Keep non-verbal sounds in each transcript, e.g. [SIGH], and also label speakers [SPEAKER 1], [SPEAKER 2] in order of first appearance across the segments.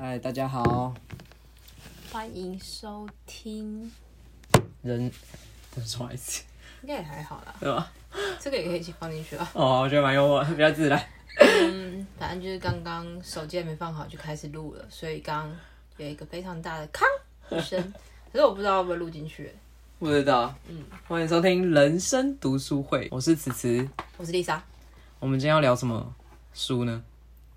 [SPEAKER 1] 嗨，大家好，
[SPEAKER 2] 欢迎收听，
[SPEAKER 1] 人再说一次，
[SPEAKER 2] 应该也还好 [LAUGHS] 啦，
[SPEAKER 1] 对吧？
[SPEAKER 2] 这个也可以一起放进去啊。
[SPEAKER 1] 哦，我觉得蛮幽默， [LAUGHS] 比较自然。
[SPEAKER 2] 嗯，反正就是刚刚手机还没放好就开始录了，所以刚刚有一个非常大的“康”一 [LAUGHS] 声，可是我不知道会不会录进去。
[SPEAKER 1] 不知道，嗯
[SPEAKER 2] 嗯，
[SPEAKER 1] 欢迎收听《人生读书会》，我是慈慈。
[SPEAKER 2] 我是丽莎，
[SPEAKER 1] 我们今天要聊什么书呢？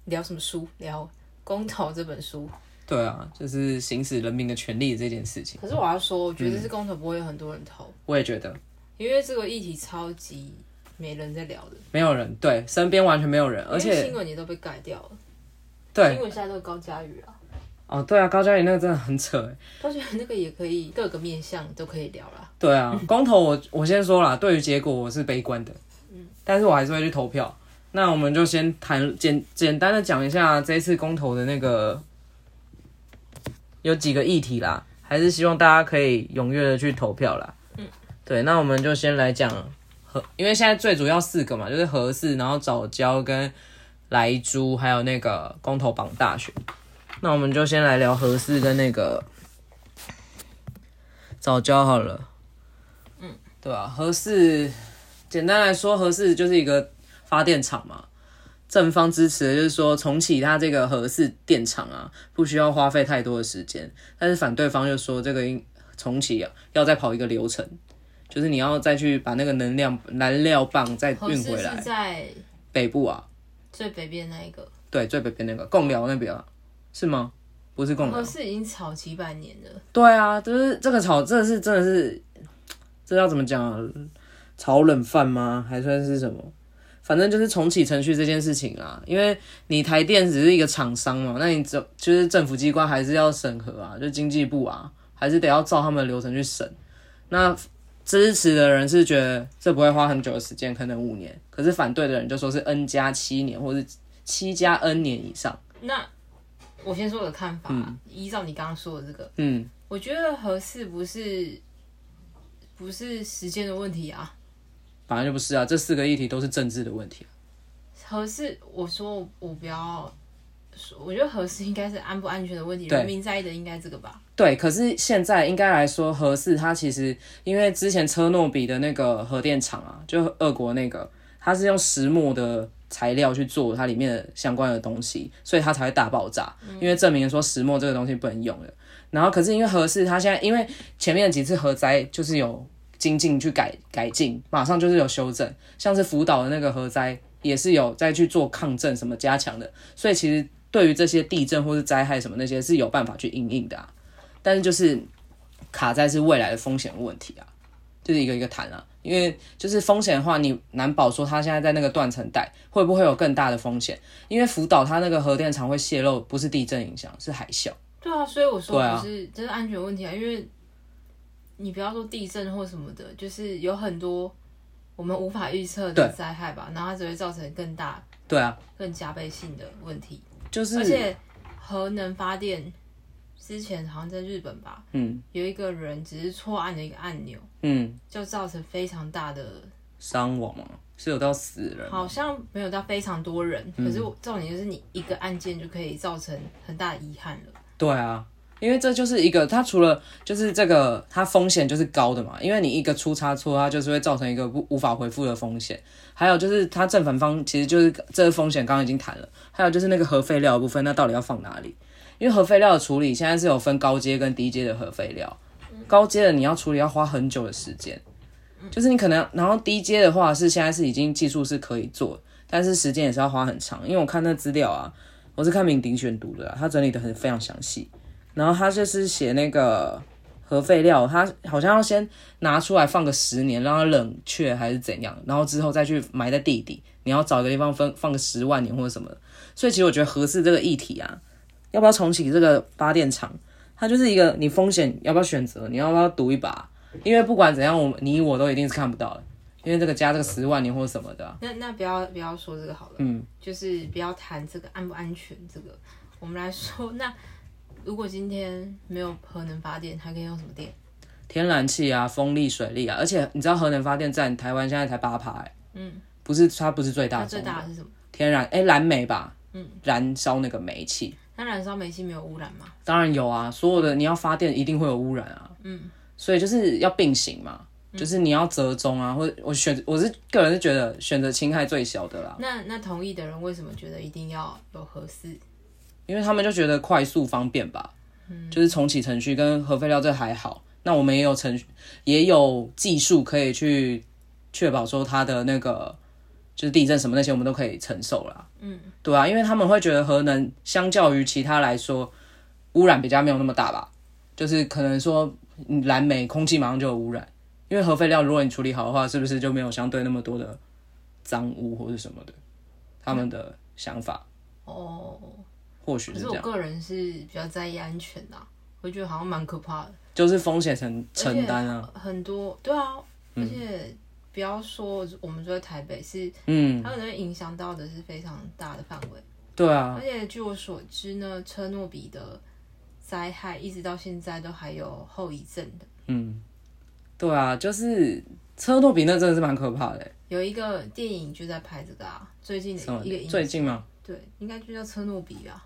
[SPEAKER 2] 聊什么书？聊《公投》这本书。
[SPEAKER 1] 对啊，就是行使人民的权利这件事情。
[SPEAKER 2] 可是我要说，我觉
[SPEAKER 1] 嗯
[SPEAKER 2] 得这公投不会有很多人投，
[SPEAKER 1] 我也觉得
[SPEAKER 2] 因为这个议题超级没人在聊的，
[SPEAKER 1] 没有人对身边完全没有人，而
[SPEAKER 2] 因为新
[SPEAKER 1] 且
[SPEAKER 2] 闻也都被盖掉了。
[SPEAKER 1] 对
[SPEAKER 2] 新闻现在都是高佳宇啊，
[SPEAKER 1] 哦，对啊，高嘉宇那个真的很扯哎。
[SPEAKER 2] 高佳宇那个也可以各个面向都可以聊啦。
[SPEAKER 1] 对啊，公投我我先说啦，对于结果我是悲观的，但是我还是会去投票。那我们就先谈简简单的讲一下这一次公投的那个有几个议题啦，还是希望大家可以踊跃的去投票啦。嗯，对，那我们就先来讲核，因为现在最主要四个嘛，就是核四，然后早教跟莱猪，还有那个公投榜大选。那我们就先来聊核四跟那个早教好了。对啊，核四简单来说，核四就是一个发电厂嘛。正方支持的就是说重启它这个核四电厂啊，不需要花费太多的时间。但是反对方就说这个应重启啊，要再跑一个流程，就是你要再去把那个能量燃料棒再
[SPEAKER 2] 合
[SPEAKER 1] 运
[SPEAKER 2] 适
[SPEAKER 1] 回
[SPEAKER 2] 是
[SPEAKER 1] 来
[SPEAKER 2] 在
[SPEAKER 1] 北部啊，
[SPEAKER 2] 最北边那一个，
[SPEAKER 1] 对，最北边那个贡寮那边啊，是吗？不是贡寮
[SPEAKER 2] 合，适哦已经炒几百年了，
[SPEAKER 1] 对啊，就是这个炒，这是真的是，这要怎么讲、啊？炒冷饭吗？还算是什么？反正就是重启程序这件事情啊，因为你台电只是一个厂商嘛，那你只就是政府机关还是要审核啊，就经济部啊，还是得要照他们的流程去审。那支持的人是觉得这不会花很久的时间，可能五年，可是反对的人就说是 N 加七年，或是七加 N 年以上。
[SPEAKER 2] 那我先说我的看法，依照你刚刚说的这个，
[SPEAKER 1] 嗯，
[SPEAKER 2] 我觉得合适不是不是时间的问题啊，
[SPEAKER 1] 反正就不是啊，这四个议题都是政治的问题啊、
[SPEAKER 2] 合适我说我不要说，我觉得合适应该是安不安全的问题，
[SPEAKER 1] 对
[SPEAKER 2] 人民在意的应该这个吧，
[SPEAKER 1] 对，可是现在应该来说，核四它其实因为之前车诺比的那个核电厂啊，就俄国那个，它是用石墨的材料去做它里面的相关的东西，所以它才会大爆炸。因为证明说石墨这个东西不能用了。然后可是因为核四它现在因为前面几次核灾就是有精进去改改进，马上就是有修正，像是福岛的那个核灾也是有再去做抗震什么加强的，所以其实对于这些地震或是灾害什么那些是有办法去应应的啊。但是就是卡在是未来的风险问题啊，就是一个一个谈啊。因为就是风险的话，你难保说它现在在那个断层带会不会有更大的风险？因为福岛它那个核电厂会泄漏，不是地震影响，是海啸。
[SPEAKER 2] 对啊，所以我说
[SPEAKER 1] 对啊
[SPEAKER 2] 不是这是安全问题啊，因为你不要说地震或什么的，就是有很多我们无法预测的
[SPEAKER 1] 对
[SPEAKER 2] 灾害吧，然后它只会造成更大
[SPEAKER 1] 对啊，
[SPEAKER 2] 更加倍性的问题，
[SPEAKER 1] 就是
[SPEAKER 2] 而且核能发电之前好像在日本吧，
[SPEAKER 1] 嗯
[SPEAKER 2] 有一个人只是错按了一个按钮，
[SPEAKER 1] 嗯，
[SPEAKER 2] 就造成非常大的，
[SPEAKER 1] 伤亡嘛是有到死人吗，
[SPEAKER 2] 好像没有到非常多人，可
[SPEAKER 1] 嗯
[SPEAKER 2] 是我重点就是你一个按键就可以造成很大的遗憾了。
[SPEAKER 1] 对啊，因为这就是一个，它除了就是这个，它风险就是高的嘛，因为你一个出差错，它就是会造成一个不无法回复的风险。还有就是它正反方其实就是这个风险，刚刚已经谈了。还有就是那个核废料的部分，那到底要放哪里？因为核废料的处理现在是有分高阶跟低阶的核废料，高阶的你要处理要花很久的时间，就是你可能，然后低阶的话是现在是已经技术是可以做，但是时间也是要花很长。因为我看那资料啊，我是看敏迪选读的啊，他整理的很非常详细。然后他就是写那个核废料，他好像要先拿出来放个十年，让它冷却还是怎样，然后之后再去埋在地底。你要找一个地方分放个十万年或者什么的。所以其实我觉得核四这个议题啊，要不要重启这个发电厂，它就是一个你风险要不要选择，你要不要赌一把？因为不管怎样，我们你我都一定是看不到的，因为这个加这个十万年或者什么的啊、
[SPEAKER 2] 那那不要不要说这个好了，
[SPEAKER 1] 嗯，
[SPEAKER 2] 就是不要谈这个安不安全这个，我们来说，那如果今天没有核能发电，还可以用什么电？
[SPEAKER 1] 天然气啊、风力、水力啊，而且你知道核能发电站台湾现在才八趴、欸，
[SPEAKER 2] 嗯，
[SPEAKER 1] 不是它不是最大
[SPEAKER 2] 它
[SPEAKER 1] 宗
[SPEAKER 2] 最大的是什么？
[SPEAKER 1] 天然哎、蓝煤吧，
[SPEAKER 2] 嗯，
[SPEAKER 1] 燃烧那个煤气，
[SPEAKER 2] 那燃烧煤气没有污染吗？
[SPEAKER 1] 当然有啊，所有的你要发电一定会有污染啊，嗯，所以就是要并行嘛，就是你要折中啊，或者我选我是个人是觉得选择侵害最小的啦，
[SPEAKER 2] 那那同意的人为什么觉得一定要有合适？
[SPEAKER 1] 因为他们就觉得快速方便吧，就是重启程序跟核废料这还好，那我们也有程序也有技术可以去确保说它的那个就是地震什么那些我们都可以承受啦，嗯，对啊，因为他们会觉得核能相较于其他来说污染比较没有那么大吧，就是可能说你燃煤空气马上就有污染，因为核废料如果你处理好的话，是不是就没有相对那么多的脏污或者什么的，他们的想法
[SPEAKER 2] 哦，
[SPEAKER 1] 或许
[SPEAKER 2] 可
[SPEAKER 1] 是这
[SPEAKER 2] 是
[SPEAKER 1] 样
[SPEAKER 2] 我。个人是比较在意安全的啊、我觉得好像蛮可怕的。
[SPEAKER 1] 就是风险承承担啊。
[SPEAKER 2] 啊，很多对啊，而且不要说我们住在台北，是
[SPEAKER 1] 嗯，
[SPEAKER 2] 它可能会影响到的是非常大的范围。
[SPEAKER 1] 对啊，
[SPEAKER 2] 而且据我所知呢，车诺比的灾害一直到现在都还有后遗症的。
[SPEAKER 1] 嗯，对啊，就是车诺比那真的是蛮可怕的欸。
[SPEAKER 2] 有一个电影就在拍这个啊，最近
[SPEAKER 1] 什么
[SPEAKER 2] 的一个影
[SPEAKER 1] 最近吗？
[SPEAKER 2] 对，应该就叫车诺比啊，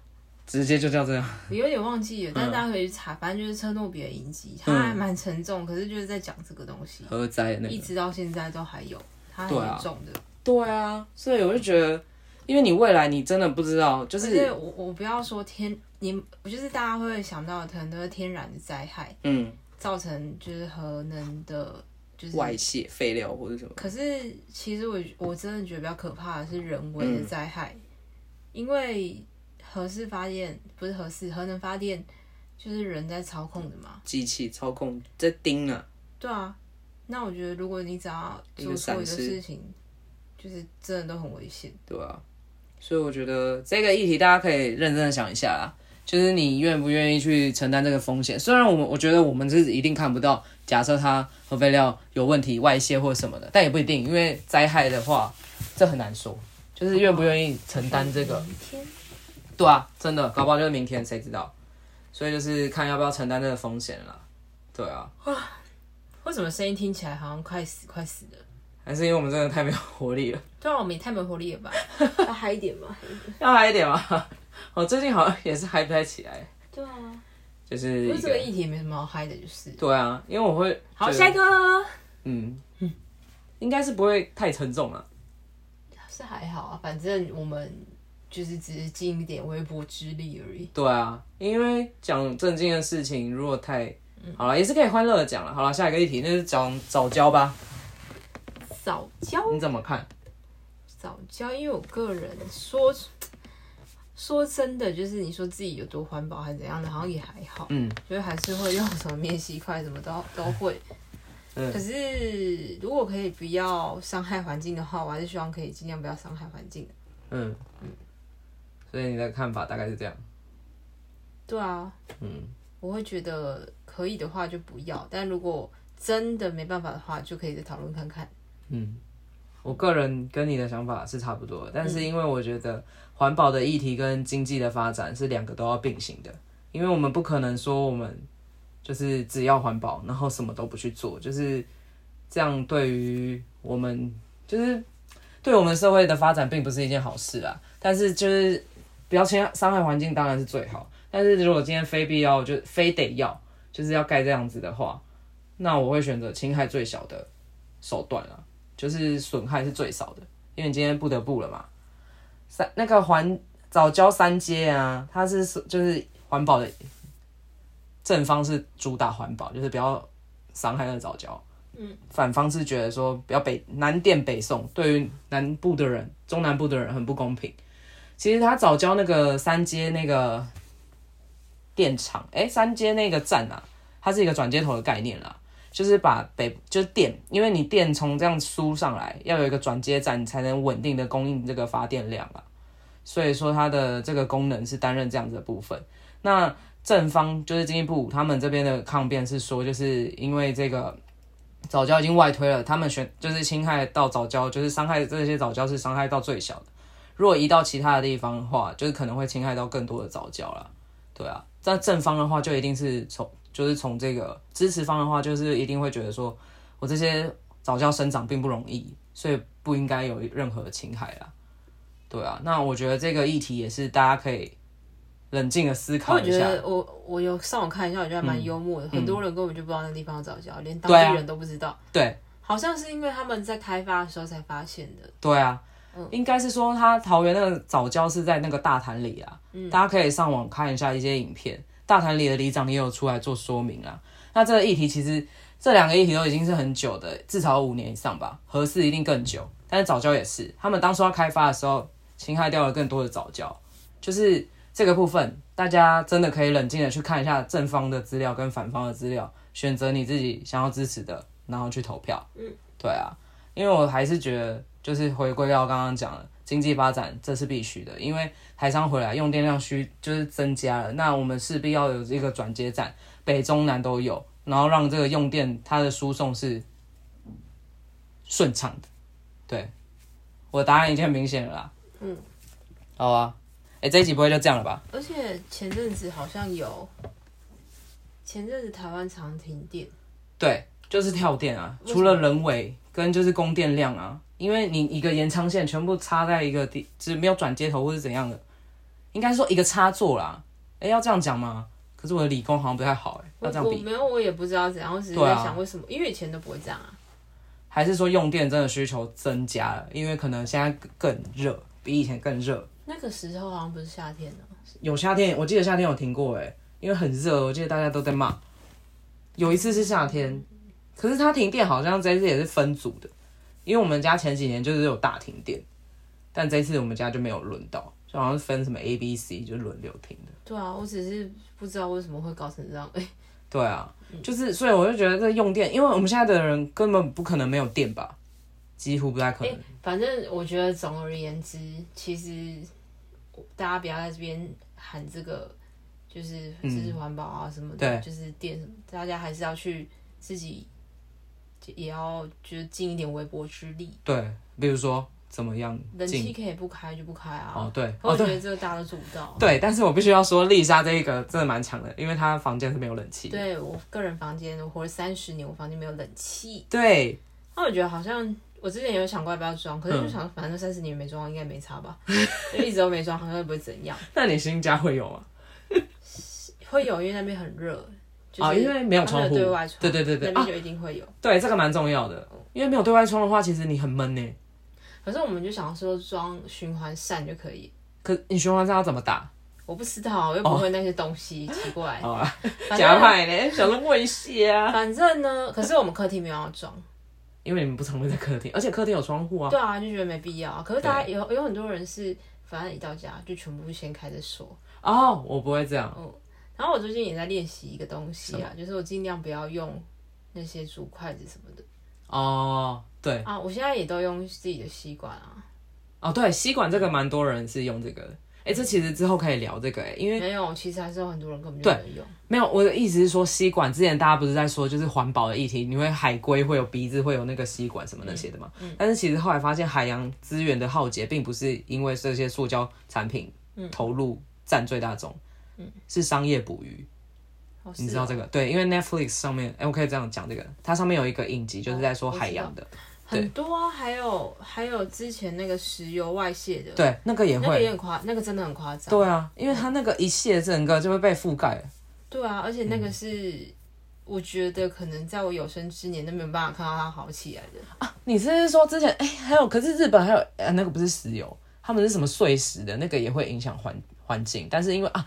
[SPEAKER 1] 直接就叫这样。
[SPEAKER 2] 我有点忘记了，
[SPEAKER 1] 嗯
[SPEAKER 2] 但是大家可以去查，反正就是车诺比的影集，它还蛮沉重，可是就是在讲这个东西，
[SPEAKER 1] 核灾那
[SPEAKER 2] 一
[SPEAKER 1] 个。
[SPEAKER 2] 直到现在都还有，它很
[SPEAKER 1] 对啊
[SPEAKER 2] 严重的。
[SPEAKER 1] 对啊，所以我就觉得，因为你未来你真的不知道，就
[SPEAKER 2] 而
[SPEAKER 1] 是
[SPEAKER 2] 且我我不要说天，你我就是大家会想到的可能都是天然的灾害
[SPEAKER 1] 嗯，
[SPEAKER 2] 造成，就是核能的，就是
[SPEAKER 1] 外泄、废料或者什么。
[SPEAKER 2] 可是其实我我真的觉得比较可怕的是人为
[SPEAKER 1] 嗯
[SPEAKER 2] 的灾害，因为核适发电不是核适核能发电就是人在操控的嘛，
[SPEAKER 1] 机器操控在盯啊，
[SPEAKER 2] 对啊。那我觉得如果你只要
[SPEAKER 1] 一
[SPEAKER 2] 做
[SPEAKER 1] 个
[SPEAKER 2] 错
[SPEAKER 1] 闪
[SPEAKER 2] 一个
[SPEAKER 1] 失
[SPEAKER 2] 事情，就是真的都很危险。
[SPEAKER 1] 对啊，所以我觉得这个议题大家可以认真的想一下啦，就是你愿不愿意去承担这个风险。虽然我们我觉得我们是一定看不到，假设它核废料有问题、外泄或什么的，但也不一定，因为灾害的话，这很难说，就是愿不愿意承担这个。
[SPEAKER 2] 明天
[SPEAKER 1] 对啊，真的，搞不好就是明天，谁知道？所以就是看要不要承担这个风险啦。对啊，
[SPEAKER 2] 为什么声音听起来好像快死快死了？
[SPEAKER 1] 还是因为我们真的太没有活力了，
[SPEAKER 2] 对啊，我们也太没活力了吧？ [LAUGHS] 要嗨一点 [LAUGHS] 嘛。
[SPEAKER 1] 要嗨一点吧。 [LAUGHS] 我最近好像也是嗨不太起来，
[SPEAKER 2] 对啊，
[SPEAKER 1] 就是
[SPEAKER 2] 因为
[SPEAKER 1] 一
[SPEAKER 2] 这个
[SPEAKER 1] 个
[SPEAKER 2] 议题也没什么好嗨的，就是。
[SPEAKER 1] 对啊，因为我会
[SPEAKER 2] 好，
[SPEAKER 1] 觉得
[SPEAKER 2] 下一个
[SPEAKER 1] 嗯，应该是不会太沉重啊了。
[SPEAKER 2] 是还好啊，反正我们就是只是尽一点微薄之力而已。
[SPEAKER 1] 对啊，因为讲正经的事情，如果太
[SPEAKER 2] 嗯
[SPEAKER 1] 好了，也是可以欢乐的讲了。好了，下一个议题那就是讲早教吧，
[SPEAKER 2] 早教，
[SPEAKER 1] 你怎么看？
[SPEAKER 2] 早教，因为我个人说说真的，就是你说自己有多环保还是怎样的，好像也还好，
[SPEAKER 1] 嗯，
[SPEAKER 2] 就是还是会用什么免洗筷，什么都都会。
[SPEAKER 1] 嗯
[SPEAKER 2] 可是如果可以不要伤害环境的话，我还是希望可以尽量不要伤害环境的。
[SPEAKER 1] 嗯，所以你的看法大概是这样。
[SPEAKER 2] 对啊，
[SPEAKER 1] 嗯，
[SPEAKER 2] 我会觉得可以的话就不要，但如果真的没办法的话，就可以再讨论看看。
[SPEAKER 1] 嗯，我个人跟你的想法是差不多的，但是因为我觉得环保的议题跟经济的发展是两个都要并行的，因为我们不可能说我们就是只要环保，然后什么都不去做，就是这样对于我们就是对我们社会的发展并不是一件好事啊。但是就是不要先伤害环境，当然是最好。但是如果今天非必要，就非得要，就是要盖这样子的话，那我会选择侵害最小的手段啊。就是损害是最少的，因为你今天不得不了嘛。三那个环早教三阶啊，它是就是环保的正方是主打环保，就是不要伤害那个早教。嗯，反方是觉得说不要北南电北送，对于南部的人、中南部的人很不公平。其实他早教那个三阶那个电厂，哎、三阶那个站啊，它是一个转接头的概念啦。就是把北就是电，因为你电从这样输上来，要有一个转接站，你才能稳定的供应这个发电量啊。所以说它的这个功能是担任这样子的部分。那正方就是经济部他们这边的抗辩是说，就是因为这个早教已经外推了，他们选就是侵害到早教，就是伤害这些早教是伤害到最小的。如果移到其他的地方的话，就是可能会侵害到更多的早教啦。对啊，但正方的话就一定是从就是从这个支持方的话，就是一定会觉得说，我这些早教生长并不容易，所以不应该有任何侵害啦。对啊，那我觉得这个议题也是大家可以冷静的思考
[SPEAKER 2] 我
[SPEAKER 1] 一
[SPEAKER 2] 觉
[SPEAKER 1] 下。嗯
[SPEAKER 2] 得我我有上网看一下，我觉得还蛮幽默的。很多人根本就不知道那地方有早教，连当
[SPEAKER 1] 对啊
[SPEAKER 2] 地人都不知道。
[SPEAKER 1] 对
[SPEAKER 2] 好像是因为他们在开发的时候才发现的。
[SPEAKER 1] 对啊，应该是说他桃园那个早教是在那个大潭里啊，大家可以上网看一下一些影片。大潭里的里长也有出来做说明啊。那这个议题其实这两个议题都已经是很久的，至少五年以上吧，合适一定更久。但是早教也是，他们当初要开发的时候，侵害掉了更多的早教，就是这个部分，大家真的可以冷静的去看一下正方的资料跟反方的资料，选择你自己想要支持的，然后去投票。嗯，对啊，因为我还是觉得，就是回归到刚刚讲的经济发展，这是必须的，因为台商回来用电量需就是增加了，那我们势必要有这个转接站，北中南都有，然后让这个用电它的输送是顺畅的。对，我的答案已经很明显了啦。
[SPEAKER 2] 嗯，
[SPEAKER 1] 好啊，哎、这一集不会就这样了吧？
[SPEAKER 2] 而且前阵子好像有，前阵子台湾常停电，
[SPEAKER 1] 对，就是跳电啊，
[SPEAKER 2] 为什么
[SPEAKER 1] 除了人为跟就是供电量啊，因为你一个延长线全部插在一个地，只没有转接头或是怎样的，应该说一个插座啦。哎、要这样讲吗？可是我的理工好像不太好哎、
[SPEAKER 2] 我
[SPEAKER 1] 要这样
[SPEAKER 2] 我
[SPEAKER 1] 比，
[SPEAKER 2] 没有，我也不知道怎样，我只是
[SPEAKER 1] 对
[SPEAKER 2] 在
[SPEAKER 1] 啊
[SPEAKER 2] 想为什么，因为以前都不会这样啊。
[SPEAKER 1] 还是说用电真的需求增加了？因为可能现在更热，比以前更热。
[SPEAKER 2] 那个时候好像不是夏天呢、
[SPEAKER 1] 有夏天，我记得夏天有停过哎、因为很热，我记得大家都在骂。有一次是夏天，可是它停电好像这一次也是分组的，因为我们家前几年就是有大停电，但这一次我们家就没有轮到，就好像是分什么 A、B、C 就轮流停的。
[SPEAKER 2] 对啊，我只是不知道为什么会搞成这样。 [LAUGHS] 哎、
[SPEAKER 1] 对啊，就是所以我就觉得这用电，因为我们现在的人根本不可能没有电吧，几乎不太可能。
[SPEAKER 2] 反正我觉得总而言之，其实大家不要在这边喊这个，就是
[SPEAKER 1] 嗯
[SPEAKER 2] 支持环保啊什么的，
[SPEAKER 1] 对
[SPEAKER 2] 就是电什么，大家还是要去自己也要就是尽一点微薄之力。
[SPEAKER 1] 对，比如说怎么样
[SPEAKER 2] 冷
[SPEAKER 1] 进
[SPEAKER 2] 气可以不开就不开啊。
[SPEAKER 1] 哦，对
[SPEAKER 2] 可
[SPEAKER 1] 哦
[SPEAKER 2] 我觉
[SPEAKER 1] 对
[SPEAKER 2] 得这个大家都做不到。
[SPEAKER 1] 对，但是我必须要说，丽莎这一个真的蛮强的，因为她房间是没有冷气的。
[SPEAKER 2] 对我个人房间，我活了三十年，我房间没有冷气。
[SPEAKER 1] 对，
[SPEAKER 2] 那我觉得好像我之前有想过要不要装，可是
[SPEAKER 1] 嗯
[SPEAKER 2] 就想反正三十年没装，应该没差吧，就一直都没装，好像也不会怎样。
[SPEAKER 1] 那你新家会有吗？
[SPEAKER 2] 会有，因为那边很热，就是、
[SPEAKER 1] 啊因为没有窗户
[SPEAKER 2] 它对外窗，
[SPEAKER 1] 对对对对
[SPEAKER 2] 那边就一定会有。
[SPEAKER 1] 对，这个蛮重要的，因为没有对外窗的话，其实你很闷呢。
[SPEAKER 2] 可是我们就想说装循环扇就可以，
[SPEAKER 1] 可你循环扇要怎么打？
[SPEAKER 2] 我不知道，我又不会那些东西，奇怪。
[SPEAKER 1] 好啊，
[SPEAKER 2] 哎
[SPEAKER 1] 哦 [LAUGHS]
[SPEAKER 2] 反
[SPEAKER 1] 假
[SPEAKER 2] 正
[SPEAKER 1] 派呢，想说问一下、啊，
[SPEAKER 2] 反正呢，可是我们客厅没有要装，
[SPEAKER 1] 因为你们不常会在客厅，而且客厅有窗户啊。
[SPEAKER 2] 对啊，就觉得没必要啊。可是大家
[SPEAKER 1] 对
[SPEAKER 2] 有有很多人是，反正一到家就全部先开着说。
[SPEAKER 1] 哦，我不会这样。
[SPEAKER 2] 然后我最近也在练习一个东西啊，就是我尽量不要用那些竹筷子什么的
[SPEAKER 1] 哦，对，
[SPEAKER 2] 啊，我现在也都用自己的吸管啊，
[SPEAKER 1] 哦对，吸管这个蛮多人是用这个的。哎、这其实之后可以聊这个、诶因为
[SPEAKER 2] 没有，其实还是有很多人根本就没有用。
[SPEAKER 1] 没有我的意思是说，吸管之前大家不是在说就是环保的议题，你会海龟会有鼻子，会有那个吸管什么那些的嘛。
[SPEAKER 2] 嗯
[SPEAKER 1] 但是其实后来发现，海洋资源的浩劫并不是因为这
[SPEAKER 2] 嗯
[SPEAKER 1] 些塑胶产品投入占最大宗，是商业捕鱼。
[SPEAKER 2] 哦
[SPEAKER 1] 你
[SPEAKER 2] 嗯是
[SPEAKER 1] 知道这个？对，因为 Netflix 上面，哎、我可以这样讲这个，它上面有一个影集，就是在说
[SPEAKER 2] 哦我知
[SPEAKER 1] 海洋的，
[SPEAKER 2] 很多啊，还有还有之前那个石油外泄的，
[SPEAKER 1] 对，那个也
[SPEAKER 2] 呃那个也
[SPEAKER 1] 会，
[SPEAKER 2] 很夸，那个真的很夸张。
[SPEAKER 1] 对啊，因为它那个一卸整个就会被覆盖。
[SPEAKER 2] 对啊，而且
[SPEAKER 1] 嗯
[SPEAKER 2] 那个是、我觉得可能在我有生之年都没有办法看到它好起来的。
[SPEAKER 1] 你是不是说之前哎、还有可是日本还有呃那个不是石油，他们是什么碎石的那个也会影响环环境，但是因为啊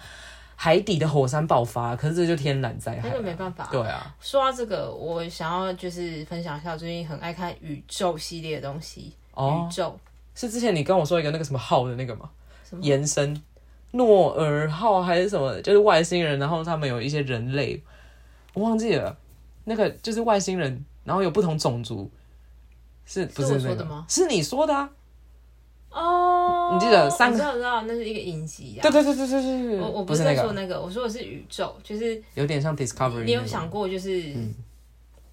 [SPEAKER 1] 海底的火山爆发，可是这就天然灾害啊、
[SPEAKER 2] 那个没办法啊
[SPEAKER 1] 对啊，
[SPEAKER 2] 说到这个，我想要就是分享一下我最近很爱看宇宙系列的东西。
[SPEAKER 1] 哦
[SPEAKER 2] 宇宙
[SPEAKER 1] 是之前你跟我说一个那个什么号的那个吗？
[SPEAKER 2] 什么
[SPEAKER 1] 延伸诺尔号还是什么，就是外星人，然后他们有一些人类，我忘记了，那个就是外星人，然后有不同种族。是不
[SPEAKER 2] 是我
[SPEAKER 1] 那
[SPEAKER 2] 说
[SPEAKER 1] 个
[SPEAKER 2] 的吗？
[SPEAKER 1] 是你说的啊！
[SPEAKER 2] 哦，
[SPEAKER 1] 你记得三个
[SPEAKER 2] 我知道，我知道，那是一个影集啊
[SPEAKER 1] 对。对对对对对对，
[SPEAKER 2] 我我
[SPEAKER 1] 不
[SPEAKER 2] 不是
[SPEAKER 1] 那
[SPEAKER 2] 在说
[SPEAKER 1] 个，啊
[SPEAKER 2] 那个，我说的是宇宙，就是
[SPEAKER 1] 有点像 Discovery 那个。
[SPEAKER 2] 你有想过就是
[SPEAKER 1] 嗯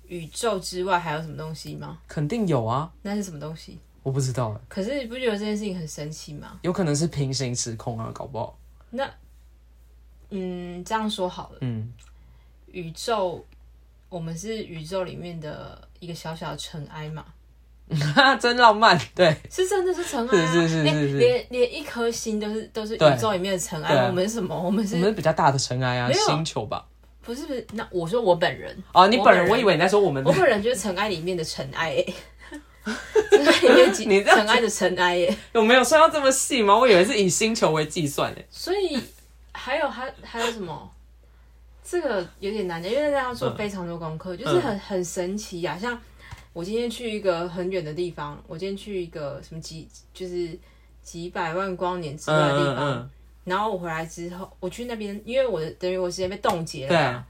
[SPEAKER 2] 宇宙之外还有什么东西吗？
[SPEAKER 1] 肯定有啊，
[SPEAKER 2] 那是什么东西？
[SPEAKER 1] 我不知道欸，
[SPEAKER 2] 可是你不觉得这件事情很神奇吗？
[SPEAKER 1] 有可能是平行时空啊，搞不好。
[SPEAKER 2] 那，嗯，这样说好了，
[SPEAKER 1] 嗯，
[SPEAKER 2] 宇宙，我们是宇宙里面的一个小小的尘埃嘛。
[SPEAKER 1] [LAUGHS] 真浪漫，对，
[SPEAKER 2] 是真的是尘埃、啊，
[SPEAKER 1] 是是是
[SPEAKER 2] 连
[SPEAKER 1] 是是
[SPEAKER 2] 连连一颗星都是都是
[SPEAKER 1] 对
[SPEAKER 2] 宇宙里面的尘
[SPEAKER 1] 对啊
[SPEAKER 2] 埃。我们是什么？我们
[SPEAKER 1] 我
[SPEAKER 2] 是
[SPEAKER 1] 们是比较大的尘埃啊，
[SPEAKER 2] 没有
[SPEAKER 1] 星球吧？
[SPEAKER 2] 不是不是？那我说我本人，
[SPEAKER 1] 哦，你本人，
[SPEAKER 2] 我本人
[SPEAKER 1] 我以为你在说我们
[SPEAKER 2] 我本人就是尘埃里面的尘埃、欸，尘埃里面几
[SPEAKER 1] [LAUGHS] 你这样
[SPEAKER 2] 尘埃的尘埃、欸。
[SPEAKER 1] [LAUGHS] 有没有算到这么细吗？我以为是以星球为计算诶。
[SPEAKER 2] 所以还有还还有什么？这个有点难讲，因为大家做
[SPEAKER 1] 嗯
[SPEAKER 2] 非常多功课，就是很很神奇呀、像我今天去一个很远的地方，我今天去一个什么几就是几百万光年之外的地
[SPEAKER 1] 嗯
[SPEAKER 2] 方，
[SPEAKER 1] 嗯
[SPEAKER 2] 然后我回来之后，我去那边，因为我的等于我时间被冻结
[SPEAKER 1] 嗯，
[SPEAKER 2] 了
[SPEAKER 1] 对
[SPEAKER 2] 嘛。
[SPEAKER 1] 啊，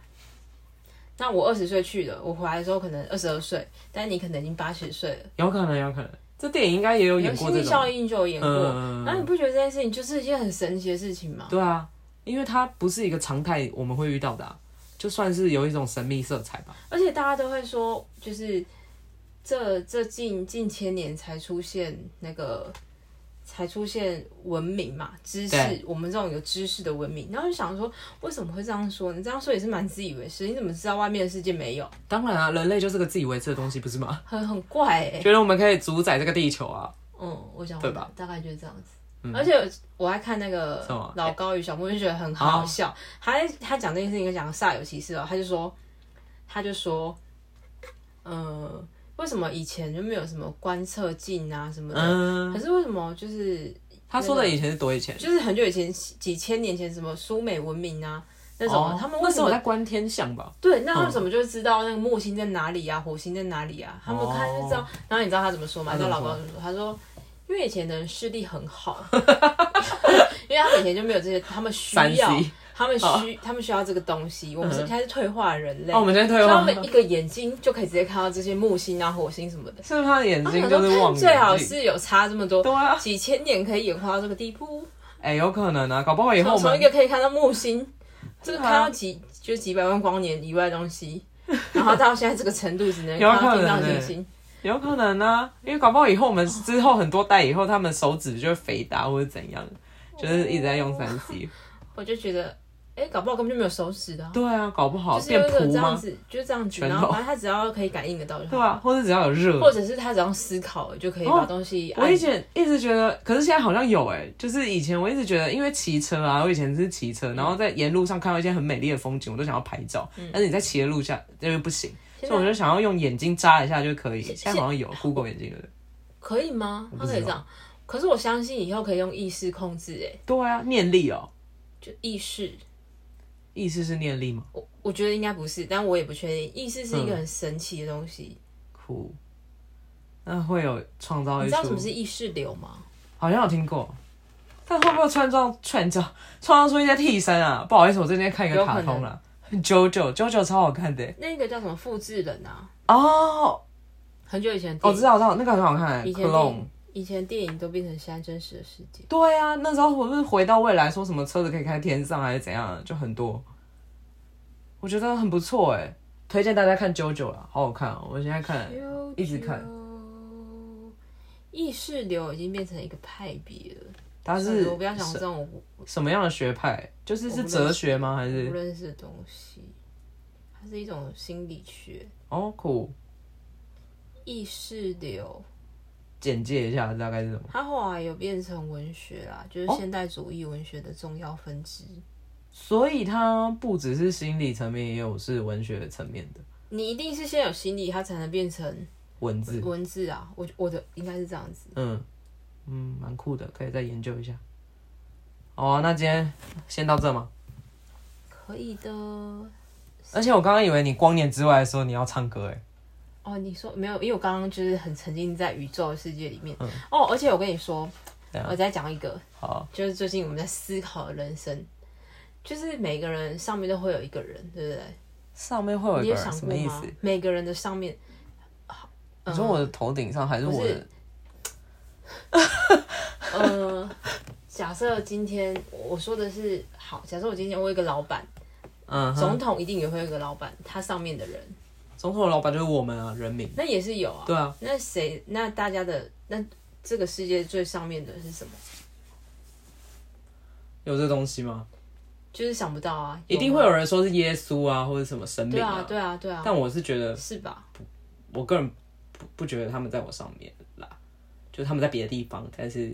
[SPEAKER 2] 那我二十岁去的，我回来的时候可能二十二岁，但你可能已经八十岁了。
[SPEAKER 1] 有可能，有可能，这电影应该也有演过
[SPEAKER 2] 心
[SPEAKER 1] 这
[SPEAKER 2] 理效
[SPEAKER 1] 种。
[SPEAKER 2] 应就有演过，
[SPEAKER 1] 嗯嗯嗯
[SPEAKER 2] 然后你不觉得这件事情就是一件很神奇的事情吗？
[SPEAKER 1] 对啊，因为它不是一个常态我们会遇到的、啊，就算是有一种神秘色彩吧。
[SPEAKER 2] 而且大家都会说，就是这这近近千年才出现那个，才出现文明嘛，知识
[SPEAKER 1] 对，
[SPEAKER 2] 我们这种有知识的文明。然后就想说，为什么会这样说呢？这样说也是蛮自以为是，你怎么知道外面的世界没有？
[SPEAKER 1] 当然啊，人类就是个自以为是的东西，不是吗？
[SPEAKER 2] 很很怪哎、
[SPEAKER 1] 觉得我们可以主宰这个地球啊，
[SPEAKER 2] 嗯，我想
[SPEAKER 1] 对吧？
[SPEAKER 2] 大概就是这样子。
[SPEAKER 1] 嗯
[SPEAKER 2] 而且我还看那个
[SPEAKER 1] 什么
[SPEAKER 2] 老高与小莫，就觉得很好笑。他在他讲这件事情，讲得煞有其事哦。他就说，他就说，呃，为什么以前就没有什么观测镜啊什么的？
[SPEAKER 1] 嗯
[SPEAKER 2] 可，是为什么就是
[SPEAKER 1] 他说的以前是多以前，
[SPEAKER 2] 就是很久以前几几千年前什么苏美文明啊那种，
[SPEAKER 1] 哦
[SPEAKER 2] 他们
[SPEAKER 1] 那
[SPEAKER 2] 为
[SPEAKER 1] 时
[SPEAKER 2] 什
[SPEAKER 1] 候
[SPEAKER 2] 么
[SPEAKER 1] 我在观天象吧？
[SPEAKER 2] 对，那他们怎么就知道那个木星在哪里啊，火星在哪里啊？他们看就知道。然后你知道他怎么说吗？
[SPEAKER 1] 哦他
[SPEAKER 2] 你知
[SPEAKER 1] 怎
[SPEAKER 2] 道
[SPEAKER 1] 么
[SPEAKER 2] 老
[SPEAKER 1] 说
[SPEAKER 2] 高怎么说？他说，因为以前的人视力很好， [LAUGHS] 因为他们以前就没有这些，他们需
[SPEAKER 1] 三
[SPEAKER 2] 要，
[SPEAKER 1] C，
[SPEAKER 2] 他们
[SPEAKER 1] 哦
[SPEAKER 2] 需，他们需要这个东西。我们是开始退化的人类，
[SPEAKER 1] 哦，我们现在
[SPEAKER 2] 所
[SPEAKER 1] 退
[SPEAKER 2] 以他
[SPEAKER 1] 化，
[SPEAKER 2] 们一个眼睛就可以直接看到这些木星啊、火星什么的。
[SPEAKER 1] 是不是他的眼
[SPEAKER 2] 他
[SPEAKER 1] 睛
[SPEAKER 2] 想
[SPEAKER 1] 就
[SPEAKER 2] 说
[SPEAKER 1] 是望远镜？
[SPEAKER 2] 最好是有差这么多
[SPEAKER 1] 对，啊，
[SPEAKER 2] 几千年可以演化到这个地步。
[SPEAKER 1] 哎、有可能啊，搞不好以后我
[SPEAKER 2] 从从
[SPEAKER 1] 们
[SPEAKER 2] 一个可以看到
[SPEAKER 1] [LAUGHS]
[SPEAKER 2] 木星，这个
[SPEAKER 1] 对啊
[SPEAKER 2] 看到几就几百万光年以外的东西， [LAUGHS] 然后到现在这个程度，只
[SPEAKER 1] [LAUGHS]
[SPEAKER 2] 能
[SPEAKER 1] 有
[SPEAKER 2] 看到
[SPEAKER 1] 可能
[SPEAKER 2] 天上
[SPEAKER 1] 欸
[SPEAKER 2] 星星。
[SPEAKER 1] 有可能啊，因为搞不好以后我们之后很多代以后，他们手指就会肥大或者怎样，就是一直在用三
[SPEAKER 2] 哦
[SPEAKER 1] C。
[SPEAKER 2] 我就觉得，哎、搞不好根本就没有手指的啊、
[SPEAKER 1] 对啊，搞不好
[SPEAKER 2] 就是
[SPEAKER 1] 变
[SPEAKER 2] 有一个
[SPEAKER 1] 仆
[SPEAKER 2] 这样
[SPEAKER 1] 吗？
[SPEAKER 2] 子，就这样子，
[SPEAKER 1] 拳头
[SPEAKER 2] 然后反正他只要可以感应得到就
[SPEAKER 1] 对
[SPEAKER 2] 好，
[SPEAKER 1] 啊，或者只要有热。
[SPEAKER 2] 或者是他只要思考了就可以把东西
[SPEAKER 1] 哦我
[SPEAKER 2] 按。
[SPEAKER 1] 以前一直觉得，可是现在好像有哎、就是以前我一直觉得，因为骑车啊，我以前是骑车，然后在沿路上看到一些很美丽的风景，我都想要拍照。但是你在骑的路下，这就不行，
[SPEAKER 2] 嗯现
[SPEAKER 1] 所以
[SPEAKER 2] 在
[SPEAKER 1] 我就想要用眼睛眨一下就可以。
[SPEAKER 2] 现
[SPEAKER 1] 现在好像有 Google 眼睛了。
[SPEAKER 2] 可以吗？
[SPEAKER 1] 我不知
[SPEAKER 2] 他
[SPEAKER 1] 道
[SPEAKER 2] 可以这样，可是我相信以后可以用意识控制、哎，
[SPEAKER 1] 对啊，念力哦、
[SPEAKER 2] 就意识。
[SPEAKER 1] 意思是念力吗？
[SPEAKER 2] 我我觉得应该不是，但我也不确定。意识是一个
[SPEAKER 1] 嗯
[SPEAKER 2] 很神奇的东西，
[SPEAKER 1] 酷，那会有创造
[SPEAKER 2] 你
[SPEAKER 1] 一
[SPEAKER 2] 知道什么
[SPEAKER 1] 出
[SPEAKER 2] 是，意识流吗？
[SPEAKER 1] 好像有听过，但会不会创造创造创造出一些替身啊？不好意思，我最近在看一个
[SPEAKER 2] 有可
[SPEAKER 1] 卡通
[SPEAKER 2] 能
[SPEAKER 1] 啦，《九九九九》超好看的欸
[SPEAKER 2] 那个叫什么复制人啊？
[SPEAKER 1] 哦，
[SPEAKER 2] 很久以前的
[SPEAKER 1] 我哦
[SPEAKER 2] 电
[SPEAKER 1] 知
[SPEAKER 2] 影，
[SPEAKER 1] 道，我知道，那个很好看欸
[SPEAKER 2] 以前的电
[SPEAKER 1] ，Clone
[SPEAKER 2] 影。以前电影都变成现在真实的世界，
[SPEAKER 1] 对啊，那时候我不是回到未来，说什么车子可以开天上还是怎样，就很多。我觉得很不错哎，推荐大家看《九九》啦，好好看哦！我现在看，一直看。
[SPEAKER 2] 意识流已经变成一个派别了，
[SPEAKER 1] 它
[SPEAKER 2] 算
[SPEAKER 1] 是
[SPEAKER 2] 了我不要讲这种无
[SPEAKER 1] 什么样的学派？就是
[SPEAKER 2] 我
[SPEAKER 1] 是
[SPEAKER 2] 不认识
[SPEAKER 1] 哲学吗？还
[SPEAKER 2] 不
[SPEAKER 1] 是
[SPEAKER 2] 认识的东西，它是一种心理学。
[SPEAKER 1] 哦酷？
[SPEAKER 2] 意识流，
[SPEAKER 1] 简介一下大概是什么？
[SPEAKER 2] 它后来有变成文学啦，就是
[SPEAKER 1] 哦
[SPEAKER 2] 现代主义文学的重要分支。
[SPEAKER 1] 所以它不只是心理层面，也有是文学层面的
[SPEAKER 2] 你一定是先有心理，它才能变成
[SPEAKER 1] 文字。
[SPEAKER 2] 文字啊。我我的应该是这样子。
[SPEAKER 1] 嗯嗯，蛮酷的，可以再研究一下。好啊，那今天先到这嘛。
[SPEAKER 2] 可以的。
[SPEAKER 1] 而且我刚刚以为你光年之外的时候你要唱歌哎，
[SPEAKER 2] 哦，你说没有，因为我刚刚就是很沉浸在宇宙的世界里面。
[SPEAKER 1] 嗯
[SPEAKER 2] 哦，而且我跟你说，
[SPEAKER 1] 对啊
[SPEAKER 2] 我再讲一个，
[SPEAKER 1] 好啊
[SPEAKER 2] 就是最近我们在思考的人生，就是每个人上面都会有一个人，对不对？
[SPEAKER 1] 上面会有
[SPEAKER 2] 你
[SPEAKER 1] 一
[SPEAKER 2] 有
[SPEAKER 1] 个人
[SPEAKER 2] 想
[SPEAKER 1] 什
[SPEAKER 2] 过
[SPEAKER 1] 么意
[SPEAKER 2] 吗
[SPEAKER 1] 思？？
[SPEAKER 2] 每个人的上面，
[SPEAKER 1] 你说我的头顶上还是我
[SPEAKER 2] 不
[SPEAKER 1] 的
[SPEAKER 2] 是？呃，假设今天我说的是好，假设我今天我有一个老板，
[SPEAKER 1] 嗯哼，
[SPEAKER 2] 总统一定也会有一个老板，他上面的人，
[SPEAKER 1] 总统的老板就是我们啊，人民。
[SPEAKER 2] 那也是有啊。
[SPEAKER 1] 对啊，
[SPEAKER 2] 那谁？那大家的那这个世界最上面的是什么？
[SPEAKER 1] 有这东西吗？
[SPEAKER 2] 就是想不到啊，
[SPEAKER 1] 一定
[SPEAKER 2] 吗
[SPEAKER 1] 会有人说是耶稣啊，或者什么神
[SPEAKER 2] 对
[SPEAKER 1] 明
[SPEAKER 2] 啊，对啊，对啊，
[SPEAKER 1] 但我是觉得，
[SPEAKER 2] 是吧？
[SPEAKER 1] 我个人不不觉得他们在我上面啦，就是他们在别的地方，但是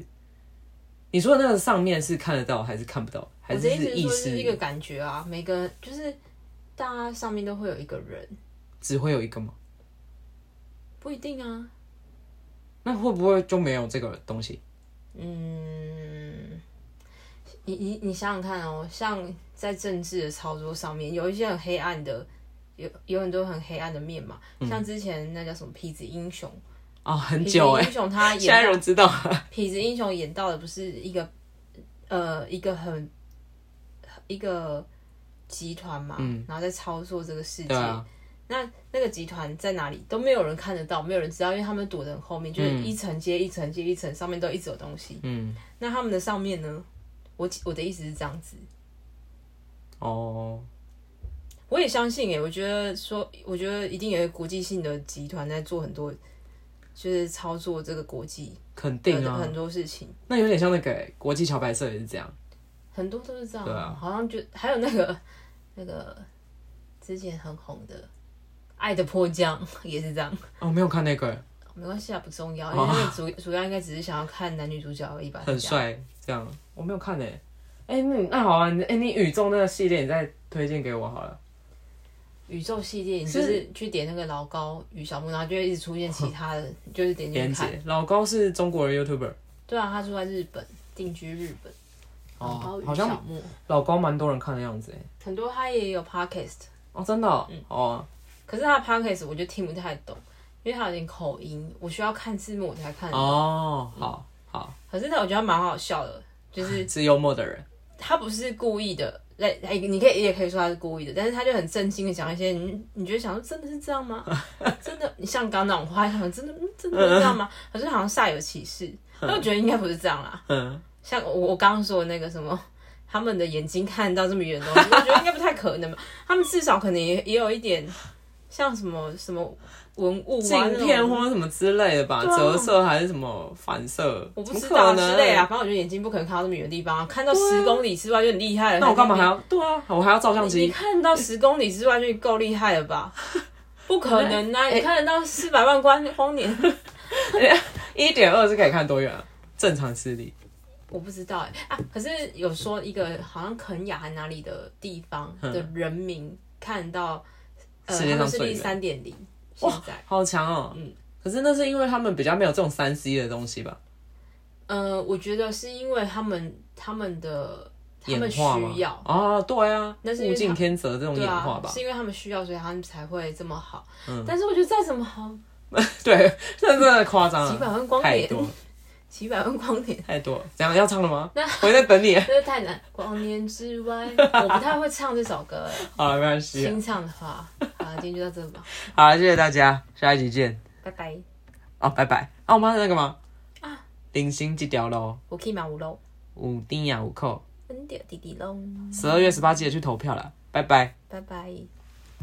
[SPEAKER 1] 你说的那个上面是看得到还是看不到，还
[SPEAKER 2] 我
[SPEAKER 1] 是
[SPEAKER 2] 的意思是
[SPEAKER 1] 意
[SPEAKER 2] 说，就是一个
[SPEAKER 1] 识
[SPEAKER 2] 感觉啊，每个人就是大家上面都会有一个人，
[SPEAKER 1] 只会有一个吗？
[SPEAKER 2] 不一定啊。
[SPEAKER 1] 那会不会就没有这个东西？
[SPEAKER 2] 嗯，你你你想想看哦，像在政治的操作上面，有一些很黑暗的，有有很多很黑暗的面嘛。像之前那叫什么痞子英雄，
[SPEAKER 1] 啊、嗯很
[SPEAKER 2] 痞
[SPEAKER 1] 久
[SPEAKER 2] 子
[SPEAKER 1] 哎、
[SPEAKER 2] 英
[SPEAKER 1] [LAUGHS]
[SPEAKER 2] 雄他
[SPEAKER 1] 现在
[SPEAKER 2] 演
[SPEAKER 1] 荣知道，
[SPEAKER 2] 痞子英雄演到的不是一个呃一个很一个集团嘛，然后在操作这个世界。
[SPEAKER 1] 嗯对啊，
[SPEAKER 2] 那那个集团在哪里都没有人看得到，没有人知道，因为他们躲得很后面，就是一层接一层接一层，上面都一直有东西。
[SPEAKER 1] 嗯，
[SPEAKER 2] 那他们的上面呢？我我的意思是这样子，
[SPEAKER 1] 哦，
[SPEAKER 2] 我也相信诶、欸我觉得说，我觉得一定有一个国际性的集团在做很多，就是操作这个国际
[SPEAKER 1] 肯定
[SPEAKER 2] 的
[SPEAKER 1] 啊
[SPEAKER 2] 很，多事情，
[SPEAKER 1] 那有点像那个、欸、国际桥牌社也是这样，
[SPEAKER 2] 很多都是这样。
[SPEAKER 1] 对啊
[SPEAKER 2] 好像就还有那个 [LAUGHS] 那个之前很红的《爱的迫降》也是这样。
[SPEAKER 1] 哦，没有看那个
[SPEAKER 2] 没关系啊，不重要，因
[SPEAKER 1] 哦
[SPEAKER 2] 为那个主、主要应该只是想要看男女主角而已吧。
[SPEAKER 1] 很
[SPEAKER 2] 这样
[SPEAKER 1] 帅，这样我没有看哎、欸，哎、那你那好啊，你哎、你宇宙那个系列你再推荐给我好了，
[SPEAKER 2] 宇宙系列，你
[SPEAKER 1] 是
[SPEAKER 2] 就是去点那个老高与小木，然后就会一直出现其他
[SPEAKER 1] [LAUGHS]
[SPEAKER 2] 的，你就是点进
[SPEAKER 1] 连
[SPEAKER 2] 去看。
[SPEAKER 1] 姐，老高是中国的 YouTuber，
[SPEAKER 2] 对啊，他住在日本，定居日本。老高
[SPEAKER 1] 哦，
[SPEAKER 2] 与
[SPEAKER 1] 好
[SPEAKER 2] 小
[SPEAKER 1] 像
[SPEAKER 2] 木，
[SPEAKER 1] 老高蛮多人看的样子哎、
[SPEAKER 2] 很多他也有 podcast，
[SPEAKER 1] 哦，真的哦，哦
[SPEAKER 2] 可是他的 podcast 我就听不太懂，因为他有点口音，我需要看字幕我才看得懂。
[SPEAKER 1] 哦，好好，
[SPEAKER 2] 可是呢，我觉得蛮好笑的，就是
[SPEAKER 1] 是幽默的人，
[SPEAKER 2] 他不是故意的，来，哎，你可以也可以说他是故意的，但是他就很震惊的讲一些，你你觉得想说真的是这样吗？ [LAUGHS] 真的，你像刚刚那种话，想真的嗯真的是这样吗？可是好像煞有其事，但我觉得应该不是这样啦。
[SPEAKER 1] 嗯，
[SPEAKER 2] 像我我刚刚说的那个什么，他们的眼睛看到这么远的东西，我觉得应该不太可能吧。 [LAUGHS] 他们至少可能也也有一点像什么什么文物啊
[SPEAKER 1] 镜片
[SPEAKER 2] 那种
[SPEAKER 1] 或者什么之类的吧，
[SPEAKER 2] 对啊
[SPEAKER 1] 折射还是什么反射，
[SPEAKER 2] 我
[SPEAKER 1] 怎
[SPEAKER 2] 不
[SPEAKER 1] 么
[SPEAKER 2] 知
[SPEAKER 1] 可
[SPEAKER 2] 道
[SPEAKER 1] 能
[SPEAKER 2] 之类啊，。反正我觉得眼睛不可能看到这么远的地方啊，看到十公里之外就很厉害了。
[SPEAKER 1] 那我干嘛
[SPEAKER 2] 在那边
[SPEAKER 1] 还要对啊？我还要照相
[SPEAKER 2] 你
[SPEAKER 1] 机？
[SPEAKER 2] 看到十公里之外就够厉害了
[SPEAKER 1] [LAUGHS]
[SPEAKER 2] 吧？不可能
[SPEAKER 1] 哎
[SPEAKER 2] 啊！你看得到四百万光光年？ [LAUGHS]
[SPEAKER 1] 一点二是可以看多远啊？正常视力
[SPEAKER 2] 我不知道哎、啊！可是有说一个好像肯雅还哪里的地方的人民看到，呃，
[SPEAKER 1] 世界
[SPEAKER 2] 他
[SPEAKER 1] 上
[SPEAKER 2] 们是
[SPEAKER 1] 最
[SPEAKER 2] 第
[SPEAKER 1] 远
[SPEAKER 2] 三点零，现在，
[SPEAKER 1] 好强哦。
[SPEAKER 2] 嗯
[SPEAKER 1] 可是那是因为他们比较没有这种三 C 的东西吧？
[SPEAKER 2] 呃，我觉得是因为他们他们的他
[SPEAKER 1] 演
[SPEAKER 2] 们
[SPEAKER 1] 化吗
[SPEAKER 2] 需要，？
[SPEAKER 1] 啊，对啊，
[SPEAKER 2] 那是因为
[SPEAKER 1] 物
[SPEAKER 2] 他
[SPEAKER 1] 竞天择这种
[SPEAKER 2] 对
[SPEAKER 1] 演
[SPEAKER 2] 啊
[SPEAKER 1] 化，吧嗯
[SPEAKER 2] 是？因为他们需要，所以他们才会这么好。但是我觉得再怎么好，
[SPEAKER 1] [LAUGHS] 对，这真的夸张
[SPEAKER 2] 几百
[SPEAKER 1] 啊，
[SPEAKER 2] 万光
[SPEAKER 1] 太
[SPEAKER 2] 年，
[SPEAKER 1] 多了
[SPEAKER 2] [LAUGHS] 几百万光年。
[SPEAKER 1] 太多了。怎样要唱了吗 [LAUGHS]
[SPEAKER 2] 那？
[SPEAKER 1] 我在等你
[SPEAKER 2] 这个太难。光年之外，我不太会唱这首歌，哎
[SPEAKER 1] 好，没关系啊。
[SPEAKER 2] 新唱的话，啊，今天就到这吧，
[SPEAKER 1] 好，谢谢大家，下一集见。
[SPEAKER 2] 拜拜。
[SPEAKER 1] 哦，拜拜。啊，我们还有那个吗？啊，零星这条咯，
[SPEAKER 2] 我可以买五楼，
[SPEAKER 1] 五丁呀五扣，
[SPEAKER 2] 嗯，掉弟弟喽，
[SPEAKER 1] 十二月十八记得去投票了，拜拜。
[SPEAKER 2] 拜拜。